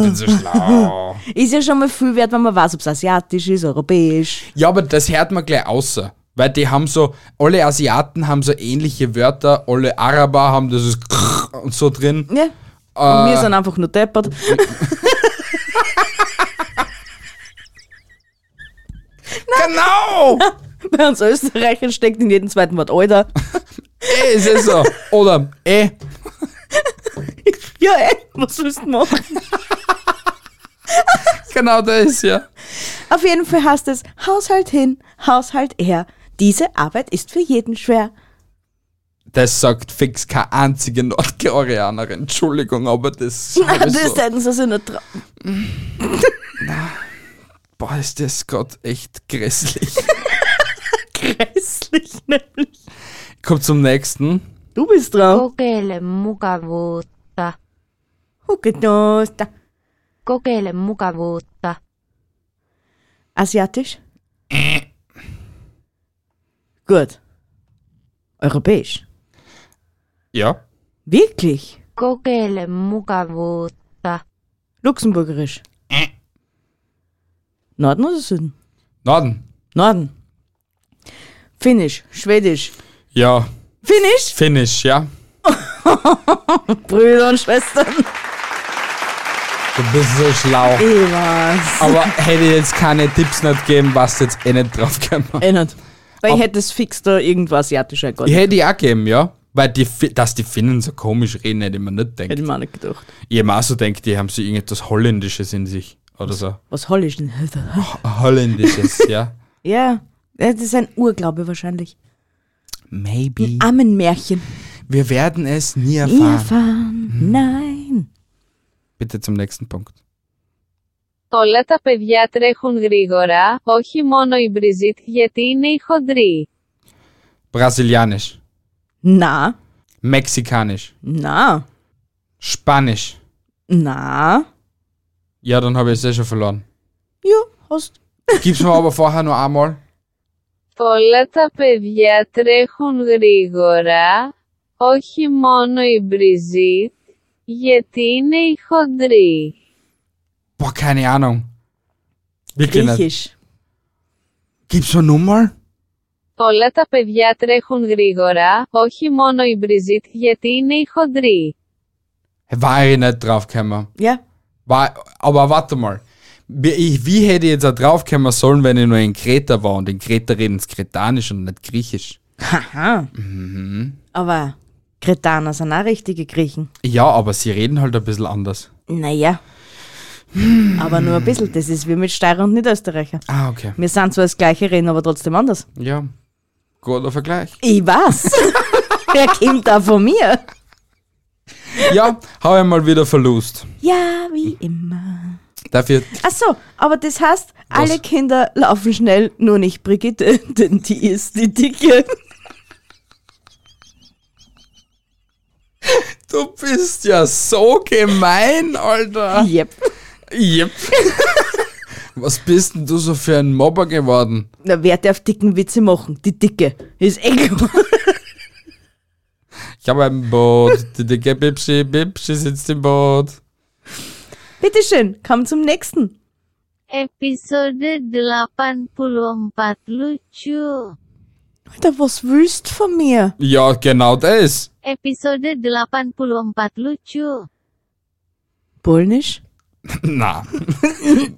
Speaker 1: Ich bin so schlau.
Speaker 2: Ist ja schon mal viel wert, wenn man weiß, ob es asiatisch ist, europäisch.
Speaker 1: ja, aber das hört man gleich außer. Weil die haben so, alle Asiaten haben so ähnliche Wörter, alle Araber haben dieses und so drin. Äh,
Speaker 2: Ja. Und wir sind einfach nur deppert.
Speaker 1: Genau!
Speaker 2: Bei uns Österreichern steckt in jedem zweiten Wort Alter.
Speaker 1: eh, ist es so. Oder eh.
Speaker 2: Ja, ey, was willst du machen?
Speaker 1: Genau das ist ja.
Speaker 2: Auf jeden Fall heißt es Haushalt hin, Haushalt her. Diese Arbeit ist für jeden schwer.
Speaker 1: Das sagt fix keine einzige Nordkoreanerin. Entschuldigung, aber das.
Speaker 2: Na,
Speaker 1: hab ich
Speaker 2: das
Speaker 1: so.
Speaker 2: hätten sie sich nicht trauen.
Speaker 1: Boah, ist das Gott echt grässlich.
Speaker 2: Grässlich nämlich.
Speaker 1: Kommt zum nächsten.
Speaker 2: Du bist dran.
Speaker 4: Kokele mukavuutta.
Speaker 2: Hugedosta.
Speaker 4: Kokele mukavuutta.
Speaker 2: Asiatisch? Gut. Europäisch.
Speaker 1: Ja.
Speaker 2: Wirklich?
Speaker 4: Kokele mukavuutta.
Speaker 2: Luxemburgerisch. Norden oder Süden?
Speaker 1: Norden.
Speaker 2: Norden. Finnisch, Schwedisch.
Speaker 1: Ja.
Speaker 2: Finnisch?
Speaker 1: Finnisch, ja.
Speaker 2: Brüder und Schwestern.
Speaker 1: Du bist so schlau.
Speaker 2: Ich weiß.
Speaker 1: Aber hätte ich jetzt keine Tipps nicht gegeben, was jetzt eh nicht drauf gekommen.
Speaker 2: Erinnert. Weil
Speaker 1: Ab-
Speaker 2: ich hätte es fix da irgendwo asiatisch
Speaker 1: Ich
Speaker 2: eingeladen.
Speaker 1: hätte die auch gegeben, ja. Weil die, Fi- dass die Finnen so komisch reden, hätte ich mir nicht
Speaker 2: Hätte
Speaker 1: gedacht.
Speaker 2: ich mir auch nicht gedacht.
Speaker 1: Ich habe auch so gedacht, die haben so irgendetwas Holländisches in sich. Oder so.
Speaker 2: Was Hollisch denn?
Speaker 1: Holländisches, ja.
Speaker 2: Ja, das ist ein Urglaube wahrscheinlich.
Speaker 1: Maybe.
Speaker 2: Ammenmärchen.
Speaker 1: Wir werden es nie
Speaker 2: Nie
Speaker 1: erfahren.
Speaker 2: erfahren. Nein.
Speaker 1: Bitte zum nächsten Punkt.
Speaker 3: Όλα τα παιδιά τρέχουν γρήγορα, όχι μόνο η Μπριζίτ γιατί είναι η χοντρή.
Speaker 1: Brasilianisch.
Speaker 2: Na,
Speaker 1: Mexikanisch.
Speaker 2: Na,
Speaker 1: Spanisch.
Speaker 2: na,
Speaker 1: Ja, dann habe ich es eh schon verloren.
Speaker 2: ja, hast.
Speaker 1: Gib's mir aber vorher noch einmal.
Speaker 6: Όλα τα παιδιά τρέχουν γρήγορα, όχι μόνο η Μπριζίτ, γιατί είναι η χοντρή.
Speaker 1: Boah, keine Ahnung. Wirklich nicht.
Speaker 2: Griechisch.
Speaker 1: Gib's mir nochmal?
Speaker 6: Όλα τα παιδιά τρέχουν γρήγορα, όχι μόνο η Μπριζίτ, γιατί είναι η χοντρή.
Speaker 1: War ich nicht draufgekommen.
Speaker 2: Ja,
Speaker 1: War, aber warte mal. Wie, ich, wie hätte ich jetzt da draufkommen sollen, wenn ich nur in Kreta war und in Kreta reden es Kretanisch und nicht Griechisch?
Speaker 2: haha. Mhm. Aber Kretaner sind auch richtige Griechen.
Speaker 1: Ja, aber sie reden halt ein bisschen anders.
Speaker 2: Naja. Aber nur ein bisschen, das ist wie mit Steirer und Niederösterreicher.
Speaker 1: Ah, okay.
Speaker 2: Wir sind zwar das gleiche, reden aber trotzdem anders.
Speaker 1: Ja. Guter Vergleich.
Speaker 2: Ich weiß. Wer kommt da von mir?
Speaker 1: Ja, hau ich mal wieder Verlust.
Speaker 2: Ja, wie immer.
Speaker 1: Dafür.
Speaker 2: Ach so, aber das heißt, alle Kinder laufen schnell, nur nicht Brigitte, denn die ist die Dicke.
Speaker 1: Du bist ja so gemein, Alter.
Speaker 2: Yep.
Speaker 1: Yep. Was bist denn du so für ein Mobber geworden?
Speaker 2: Na, wer darf dicken Witze machen? Die Dicke. Ist eh egal.
Speaker 1: Ich habe ein Boot. Die dicke Bipschi, Bipschi sitzt im Boot.
Speaker 2: Bitteschön, komm zum nächsten.
Speaker 3: Episode 84 lucu.
Speaker 2: Alter, was willst du von mir?
Speaker 1: Ja, genau das.
Speaker 3: Episode 84 lucu.
Speaker 2: Polnisch?
Speaker 1: Na,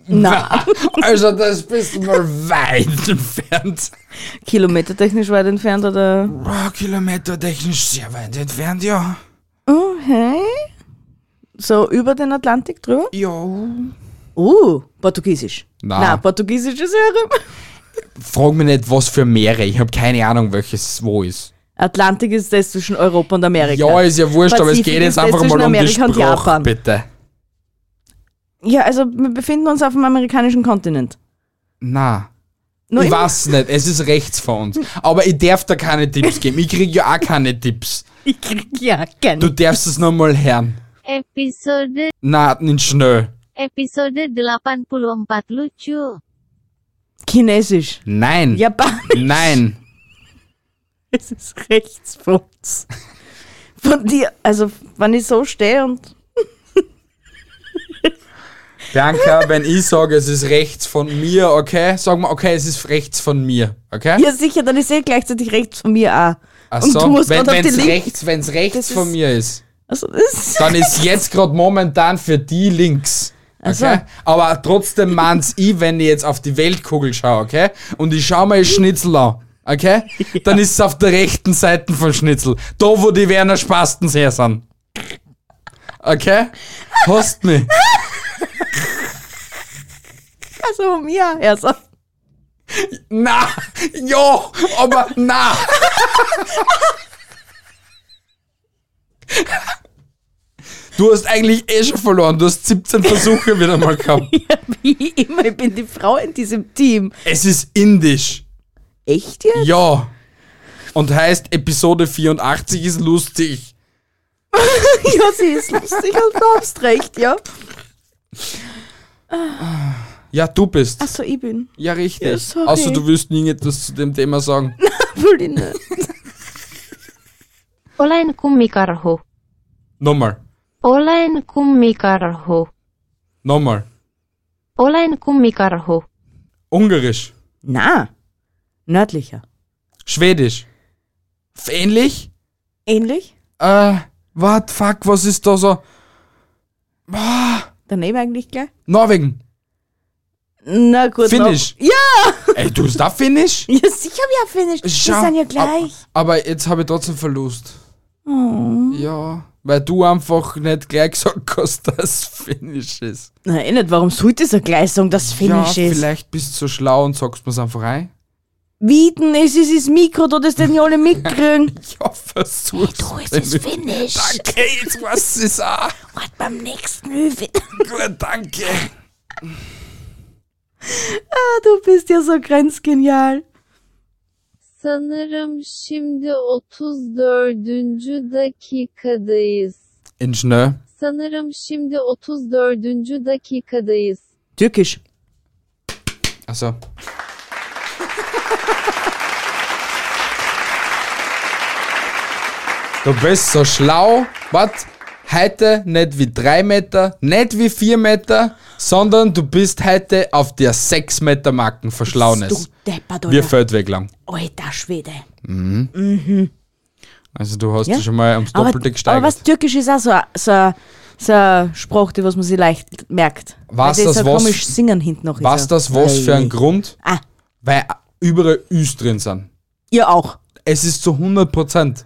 Speaker 2: Na,
Speaker 1: also das bist du mal weit entfernt.
Speaker 2: kilometertechnisch weit entfernt oder?
Speaker 1: Wow, kilometertechnisch sehr weit entfernt, ja.
Speaker 2: Okay. So über den Atlantik drüber?
Speaker 1: Jo.
Speaker 2: Uh, Portugiesisch.
Speaker 1: Na.
Speaker 2: Na, Portugiesisch ist ja rüber.
Speaker 1: Frag mich nicht, was für Meere. Ich habe keine Ahnung, welches wo ist.
Speaker 2: Atlantik ist das zwischen Europa und Amerika.
Speaker 1: Ja, ist ja wurscht, aber es
Speaker 2: Pazifik
Speaker 1: geht jetzt
Speaker 2: ist das
Speaker 1: einfach mal um
Speaker 2: zwischen Amerika
Speaker 1: die
Speaker 2: und
Speaker 1: Sprache,
Speaker 2: Japan.
Speaker 1: bitte.
Speaker 2: Ja, also wir befinden uns auf dem amerikanischen Kontinent.
Speaker 1: Na.
Speaker 2: Nur
Speaker 1: ich
Speaker 2: immer-
Speaker 1: weiß nicht, es ist rechts von uns. Aber ich darf da keine Tipps geben. Ich krieg ja auch keine Tipps.
Speaker 2: Ich krieg ja keinen.
Speaker 1: Du darfst es nochmal hören.
Speaker 3: Episode
Speaker 1: Na, nicht schnell.
Speaker 3: episode 84 lucu.
Speaker 2: Chinesisch.
Speaker 1: Nein.
Speaker 2: Japanisch.
Speaker 1: Nein.
Speaker 2: Es ist rechts von uns. Von dir. Also, wenn ich so stehe und.
Speaker 1: Bianca, wenn ich sage, es ist rechts von mir, okay? Sag mal, okay, es ist rechts von mir, okay?
Speaker 2: Ja, sicher, dann ist eh gleichzeitig rechts von mir auch.
Speaker 1: Ach
Speaker 2: und
Speaker 1: so,
Speaker 2: du musst
Speaker 1: wenn
Speaker 2: gerade auf die
Speaker 1: es
Speaker 2: Linke.
Speaker 1: rechts, wenn's rechts
Speaker 2: Das
Speaker 1: von
Speaker 2: ist-
Speaker 1: mir ist,
Speaker 2: Also, das ist.
Speaker 1: dann ist jetzt gerade momentan für die links. Okay?
Speaker 2: so.
Speaker 1: Aber trotzdem meins ich, wenn ich jetzt auf die Weltkugel schaue, okay? Und ich schaue mal das Schnitzel an, okay? Dann ist es auf der rechten Seite vom Schnitzel. Da, wo die Werner Spastens her sind. Okay? Hast mich.
Speaker 2: Also, von mir. Ja, so.
Speaker 1: Na, ja, aber na. Du hast eigentlich eh schon verloren. Du hast 17 Versuche wieder mal gehabt.
Speaker 2: Ja, wie immer, ich bin die Frau in diesem Team.
Speaker 1: Es ist indisch.
Speaker 2: Echt jetzt?
Speaker 1: Ja. Und heißt Episode 84 ist lustig.
Speaker 2: Ja, sie ist lustig und du hast recht, ja.
Speaker 1: Ja, du bist.
Speaker 2: Achso, ich bin.
Speaker 1: Ja, richtig.
Speaker 2: Ja, sorry.
Speaker 1: Außer du willst nie etwas zu dem Thema sagen.
Speaker 2: Will ich nicht.
Speaker 4: Olen kummikarhu.
Speaker 1: Nochmal.
Speaker 4: Olen kummikarhu.
Speaker 1: Nochmal.
Speaker 4: Olen kummikarhu.
Speaker 1: Ungarisch.
Speaker 2: Na, nördlicher.
Speaker 1: Schwedisch. Ähnlich?
Speaker 2: Ähnlich?
Speaker 1: Äh, what, fuck, was ist da so? Ah,
Speaker 2: Daneben eigentlich gleich?
Speaker 1: Norwegen.
Speaker 2: Na gut.
Speaker 1: Finnisch.
Speaker 2: Noch. Ja,
Speaker 1: Ey, du bist da Finnisch?
Speaker 2: ja, sicher ja Finnisch. Die
Speaker 1: Schau,
Speaker 2: sind ja gleich.
Speaker 1: Aber jetzt habe ich trotzdem Verlust.
Speaker 2: Oh.
Speaker 1: Ja, weil du einfach nicht gleich gesagt hast, dass Finnisch ist.
Speaker 2: Na, eh nicht. Warum sollte es ja gleich sagen, dass es Finnisch
Speaker 1: ja,
Speaker 2: ist?
Speaker 1: vielleicht bist du so schlau und sagst mir's einfach rein.
Speaker 2: Wieden, es ist das Mikro, da das denn ja alle mitkriegen.
Speaker 1: Ja, versuch's. du, es ist Finnisch. Danke, jetzt weiß ich's auch.
Speaker 2: Warte beim nächsten Mal wieder.
Speaker 1: Gut, danke.
Speaker 2: Ah, du bist ja so grenzgenial.
Speaker 6: Sanırım şimdi 34. dakikadayız.
Speaker 1: İnşnö.
Speaker 6: Sanırım şimdi 34. dakikadayız.
Speaker 2: Türkisch.
Speaker 1: Achso. Du bist so schlau. Was? Heute nicht wie 3 Meter, nicht wie 4 Meter, sondern du bist heute auf der 6 Meter Marken
Speaker 2: Du
Speaker 1: verschlaunes.
Speaker 2: Deppert,
Speaker 1: Wir
Speaker 2: Alter.
Speaker 1: fällt weg lang.
Speaker 2: Alter Schwede.
Speaker 1: Also du hast
Speaker 2: Ja.
Speaker 1: dich schon mal ums
Speaker 2: Aber,
Speaker 1: Doppelte
Speaker 2: aber was
Speaker 1: gesteigert.
Speaker 2: Türkisch ist auch so ein so, ein- so ein Spruch, die was man sich leicht merkt.
Speaker 1: Was
Speaker 2: Weil
Speaker 1: das
Speaker 2: so
Speaker 1: was-
Speaker 2: komisch singen hinten noch
Speaker 1: Was
Speaker 2: ist.
Speaker 1: das was für ein
Speaker 2: Ei.
Speaker 1: Grund?
Speaker 2: Ah,
Speaker 1: Weil überall Üs drin sind.
Speaker 2: ihr auch.
Speaker 1: Es ist zu 100 Prozent.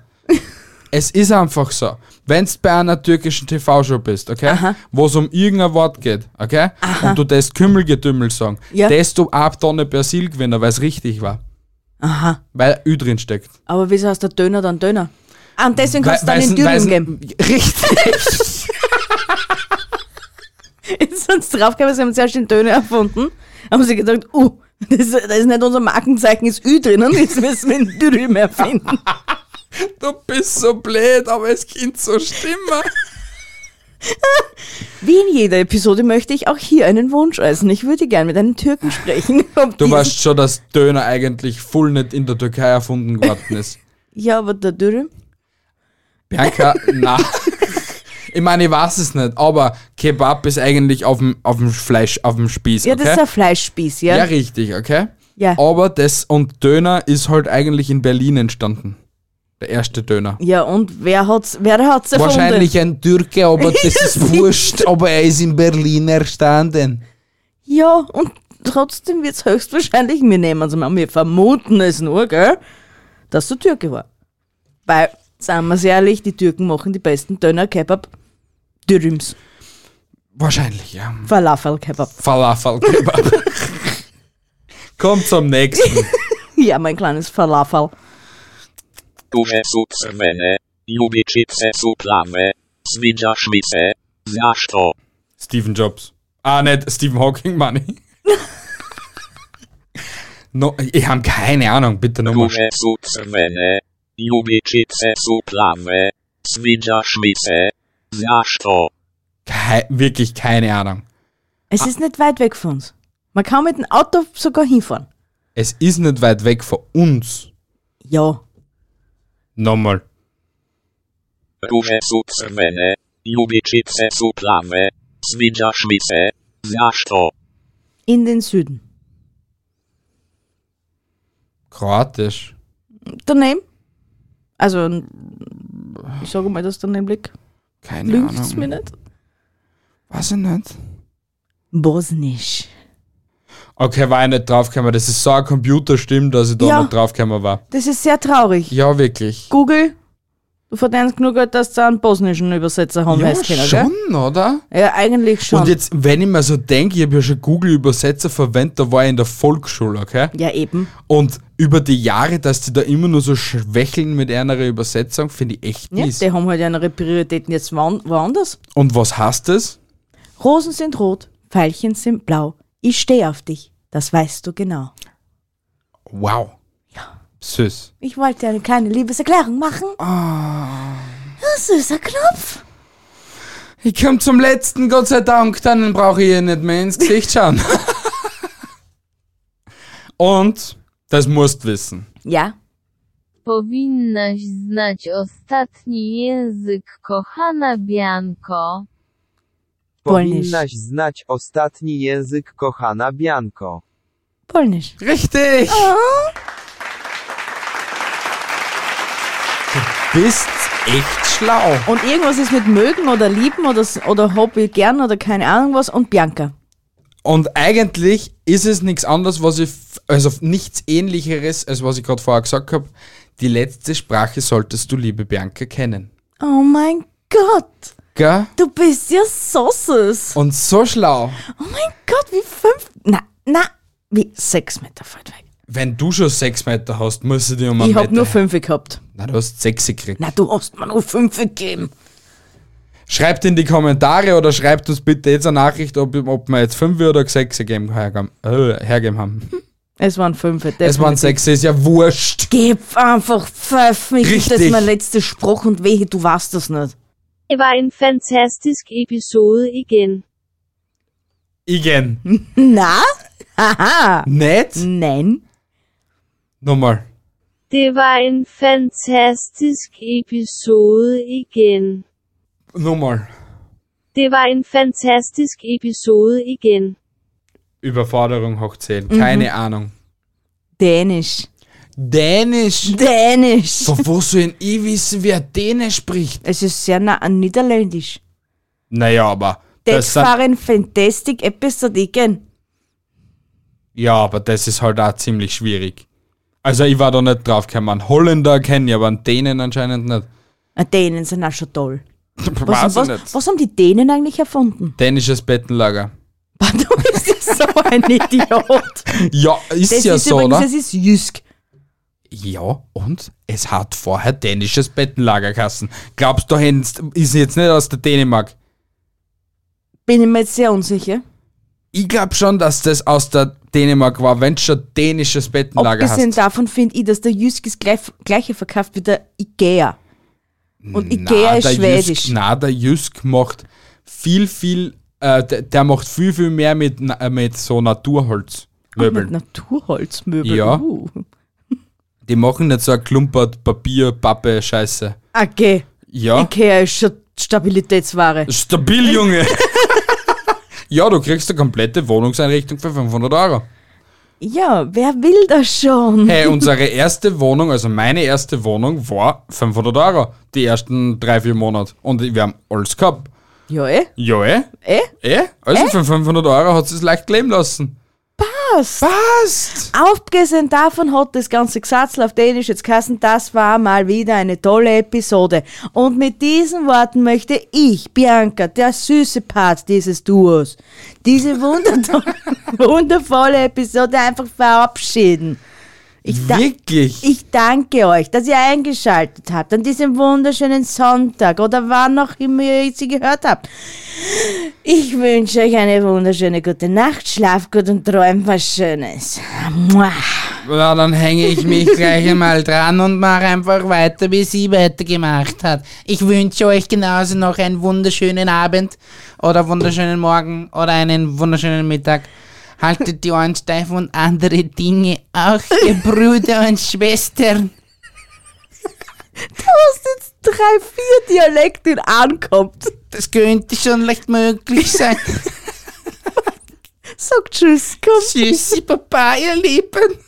Speaker 1: es ist einfach so. Wenn du bei einer türkischen TV-Show bist, okay, wo es um irgendein Wort geht, okay, und du das Kümmelgetümmel sagen,
Speaker 2: Ja.
Speaker 1: das du ab Tonne Persil gewinnen, weil es richtig war.
Speaker 2: Aha.
Speaker 1: Weil Ü drin steckt.
Speaker 2: Aber wieso heißt der Döner dann Döner? Ah, und deswegen kannst du dann
Speaker 1: Weil-
Speaker 2: in
Speaker 1: weil's-
Speaker 2: Dürüm geben.
Speaker 1: weil's- Richtig.
Speaker 2: Sonst draufgekommen, sie haben zuerst den Döner erfunden, haben sie gedacht, uh, das, das ist nicht unser Markenzeichen, ist Ü drinnen, jetzt müssen wir den Dürüm erfinden.
Speaker 1: du bist so blöd, aber es klingt so stimmen.
Speaker 2: Wie in jeder Episode möchte ich auch hier einen Wunsch äußern. Ich würde gern mit einem Türken sprechen. Ob
Speaker 1: Du
Speaker 2: diesen-
Speaker 1: weißt schon, dass Döner eigentlich voll nicht in der Türkei erfunden worden ist.
Speaker 2: Ja, aber der Dürüm?
Speaker 1: Bianca, na. Ich meine, ich weiß es nicht, aber Kebab ist eigentlich auf dem, auf dem Fleisch, auf dem Spieß.
Speaker 2: Ja,
Speaker 1: okay?
Speaker 2: das ist ein Fleischspieß, ja?
Speaker 1: Ja, oh. richtig, okay?
Speaker 2: Ja.
Speaker 1: Aber das und Döner ist halt eigentlich in Berlin entstanden. Der erste Döner.
Speaker 2: Ja, und wer hat's, wer hat's erfunden?
Speaker 1: Wahrscheinlich ein Türke, aber das ist
Speaker 2: siehst du.
Speaker 1: wurscht, aber er ist in Berlin entstanden.
Speaker 2: Ja, und trotzdem wird's höchstwahrscheinlich, wir nehmen es mal, wir vermuten es nur, gell, dass du Türke war. Weil, sagen wir ehrlich, die Türken machen die besten Döner, Kebab, Dürüms,
Speaker 1: Wahrscheinlich, ja.
Speaker 2: Falafel, Kebab.
Speaker 1: Falafel Kebab. Kommt zum nächsten.
Speaker 2: Ja, mein kleines Falafel.
Speaker 9: Duże cucmene, lubiczyce cuklame, zwidzia szwice, znasz to.
Speaker 1: Stephen Jobs. Ah, nicht Stephen Hawking, Money. no, ich habe keine Ahnung, bitte nochmal.
Speaker 9: Duże cucmene, lubiczyce cuklame, zwidzia szwice, znasz to.
Speaker 1: Kei wirklich keine Ahnung.
Speaker 2: Es
Speaker 1: Ah.
Speaker 2: ist nicht weit weg von uns. Man kann mit dem Auto sogar hinfahren.
Speaker 1: Es ist nicht weit weg von uns.
Speaker 2: Ja,
Speaker 1: Nochmal.
Speaker 9: Duże cucmene, lubiczyce cuklame, zwidzia szwice, znasz to.
Speaker 2: in den Süden.
Speaker 1: Kroatisch.
Speaker 2: Daneben? Also, ich sage mal, dass daneben liegt.
Speaker 1: Keine
Speaker 2: Lügt's mir
Speaker 1: Ahnung.
Speaker 2: nicht?
Speaker 1: Weiß ich nicht.
Speaker 2: Bosnisch.
Speaker 1: Okay, war ich nicht draufgekommen. Das ist so ein Computerstimm, dass ich da
Speaker 2: Ja.
Speaker 1: nicht draufgekommen war.
Speaker 2: Das ist sehr traurig.
Speaker 1: Ja, wirklich.
Speaker 2: Google, du verdienst genug Geld, dass du einen bosnischen Übersetzer haben
Speaker 1: Ja,
Speaker 2: weißt, können,
Speaker 1: schon,
Speaker 2: gell?
Speaker 1: oder?
Speaker 2: Ja, eigentlich schon.
Speaker 1: Und jetzt, wenn ich mir so denke, ich habe ja schon Google-Übersetzer verwendet, da war ich in der Volksschule, okay?
Speaker 2: ja, eben.
Speaker 1: Und über die Jahre, dass die da immer nur so schwächeln mit einer Übersetzung, finde ich echt
Speaker 2: Ja,
Speaker 1: mies.
Speaker 2: die haben halt andere Prioritäten jetzt woan- woanders.
Speaker 1: Und was heißt das?
Speaker 2: Rosen sind rot, Veilchen sind blau. Ich stehe auf dich, das weißt du genau.
Speaker 1: Wow. Süß.
Speaker 2: Ich wollte eine kleine Liebeserklärung machen. Oh.
Speaker 1: Ah.
Speaker 2: Süßer Knopf.
Speaker 1: Ich komme zum letzten, Gott sei Dank, dann brauche ich ihr nicht mehr ins Gesicht schauen. Und das musst wissen.
Speaker 2: Ja,
Speaker 6: Powinnaś znać ostatni język, kochana Bianko.
Speaker 2: Polnisch.
Speaker 7: Powinnaś znać ostatni język, kochana Bianko.
Speaker 2: polnisch.
Speaker 1: Richtig! Du bist echt schlau.
Speaker 2: Und irgendwas ist mit mögen oder lieben oder, s- oder Hobby gern oder keine Ahnung was und Bianca.
Speaker 1: Und eigentlich ist es nichts anderes, was ich, f- also nichts ähnlicheres, als was ich gerade vorher gesagt habe. Die letzte Sprache solltest du, liebe Bianca, kennen.
Speaker 2: Oh mein Gott,
Speaker 1: Gell?
Speaker 2: du bist ja so süß.
Speaker 1: Und so schlau.
Speaker 2: Gott, wie fünf. Na, na, wie sechs Meter weit weg.
Speaker 1: Wenn du schon sechs Meter hast, musst du dir um einen
Speaker 2: ich
Speaker 1: Meter.
Speaker 2: hab nur fünf gehabt.
Speaker 1: Na, du hast sechs gekriegt.
Speaker 2: Na, du hast mir nur fünf gegeben.
Speaker 1: Schreibt in die Kommentare oder schreibt uns bitte jetzt eine Nachricht, ob, ob wir jetzt fünf oder sechs gegeben, hergeben, äh, hergeben haben.
Speaker 2: Es waren fünf.
Speaker 1: Es waren sechs, ist ja wurscht.
Speaker 2: Gib einfach pfeifen. Ich
Speaker 1: Richtig.
Speaker 2: Das ist mein letzter Spruch und wehe, du warst das nicht.
Speaker 3: Det var en fantastisk episode igen.
Speaker 1: Igen.
Speaker 2: Na? Haha.
Speaker 1: Nett?
Speaker 2: Nein.
Speaker 1: Nochmal.
Speaker 3: Det var en fantastisk episode igen.
Speaker 1: Nochmal.
Speaker 3: Det var en fantastisk episode igen.
Speaker 1: Überforderung hochzählen.
Speaker 2: Mhm.
Speaker 1: Keine Ahnung.
Speaker 2: Dänisch.
Speaker 1: Dänisch.
Speaker 2: Dänisch.
Speaker 1: Von wo soll denn ich wissen, wer Dänisch spricht?
Speaker 2: Es ist sehr nah an Niederländisch.
Speaker 1: Naja, aber. Das
Speaker 2: Das
Speaker 1: sind,
Speaker 2: war ein fantastic episode igen.
Speaker 1: ja, aber das ist halt auch ziemlich schwierig. Also, ich war da nicht drauf gekommen. Einen Holländer kenne ich, aber einen Dänen anscheinend nicht.
Speaker 2: Die Dänen sind auch schon toll.
Speaker 1: Weiß
Speaker 2: was,
Speaker 1: ich nicht.
Speaker 2: was, was haben die Dänen eigentlich erfunden?
Speaker 1: Dänisches Bettenlager.
Speaker 2: Du bist ja so ein Idiot.
Speaker 1: Ja, ist
Speaker 2: Das
Speaker 1: ja
Speaker 2: ist
Speaker 1: so, ne?
Speaker 2: übrigens,
Speaker 1: oder?
Speaker 2: das ist Jysk.
Speaker 1: Ja, und es hat vorher dänisches Bettenlager kassen. Glaubst du, Hens ist jetzt nicht aus der Dänemark?
Speaker 2: Bin ich mir jetzt sehr unsicher.
Speaker 1: Ich glaube schon, dass das aus der Dänemark war, wenn schon dänisches Bettenlager
Speaker 2: Abgesehen
Speaker 1: hast.
Speaker 2: davon finde ich, dass der Jysk das gleich, gleiche verkauft wie der Ikea. Und Ikea ist
Speaker 1: der
Speaker 2: schwedisch.
Speaker 1: Jysk, na, der Jysk macht viel, viel, äh, der, der macht viel, viel mehr mit, na- äh, mit so
Speaker 2: Mit
Speaker 1: Naturholzmöbeln.
Speaker 2: Naturholzmöbel.
Speaker 1: Ja.
Speaker 2: Uh.
Speaker 1: Die machen nicht so ein klumpert Papier, Pappe, Scheiße.
Speaker 2: Okay.
Speaker 1: Ja,
Speaker 2: Ah, Ikea ist schon Stabilitätsware.
Speaker 1: stabil, Junge. ja, du kriegst eine komplette Wohnungseinrichtung für 500 Euro.
Speaker 2: Ja, wer will das schon?
Speaker 1: Hey, unsere erste Wohnung, also meine erste Wohnung, war 500 Euro. Die ersten drei, vier Monate. Und wir haben alles gehabt.
Speaker 2: Ja, eh?
Speaker 1: Ja, eh?
Speaker 2: Eh?
Speaker 1: Eh? Also für 500 Euro hat sie es leicht leben lassen.
Speaker 2: Passt.
Speaker 1: Passt!
Speaker 2: Abgesehen davon hat das ganze Gesatzel auf Dänisch jetzt kassen, das war mal wieder eine tolle Episode. Und mit diesen Worten möchte ich, Bianca, der süße Part dieses Duos, diese wunderto- wundervolle Episode einfach verabschieden. Ich, da
Speaker 1: Wirklich?
Speaker 2: ich danke euch, dass ihr eingeschaltet habt an diesem wunderschönen Sonntag oder wann auch immer ihr sie gehört habt. Ich wünsche euch eine wunderschöne gute Nacht, schlaf gut und träumt was Schönes. Mua.
Speaker 1: Na, dann hänge ich mich gleich einmal dran und mache einfach weiter, wie sie weitergemacht hat. Ich wünsche euch genauso noch einen wunderschönen Abend oder wunderschönen Morgen oder einen wunderschönen Mittag. Haltet die Ohren steif und andere Dinge auch, ihr Brüder und Schwestern.
Speaker 2: hast jetzt drei, vier Dialekte in ankommt.
Speaker 1: Das könnte schon leicht möglich sein.
Speaker 2: Sag Tschüss, komm.
Speaker 1: Tschüssi, Papa, ihr Lieben.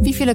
Speaker 10: Wie viele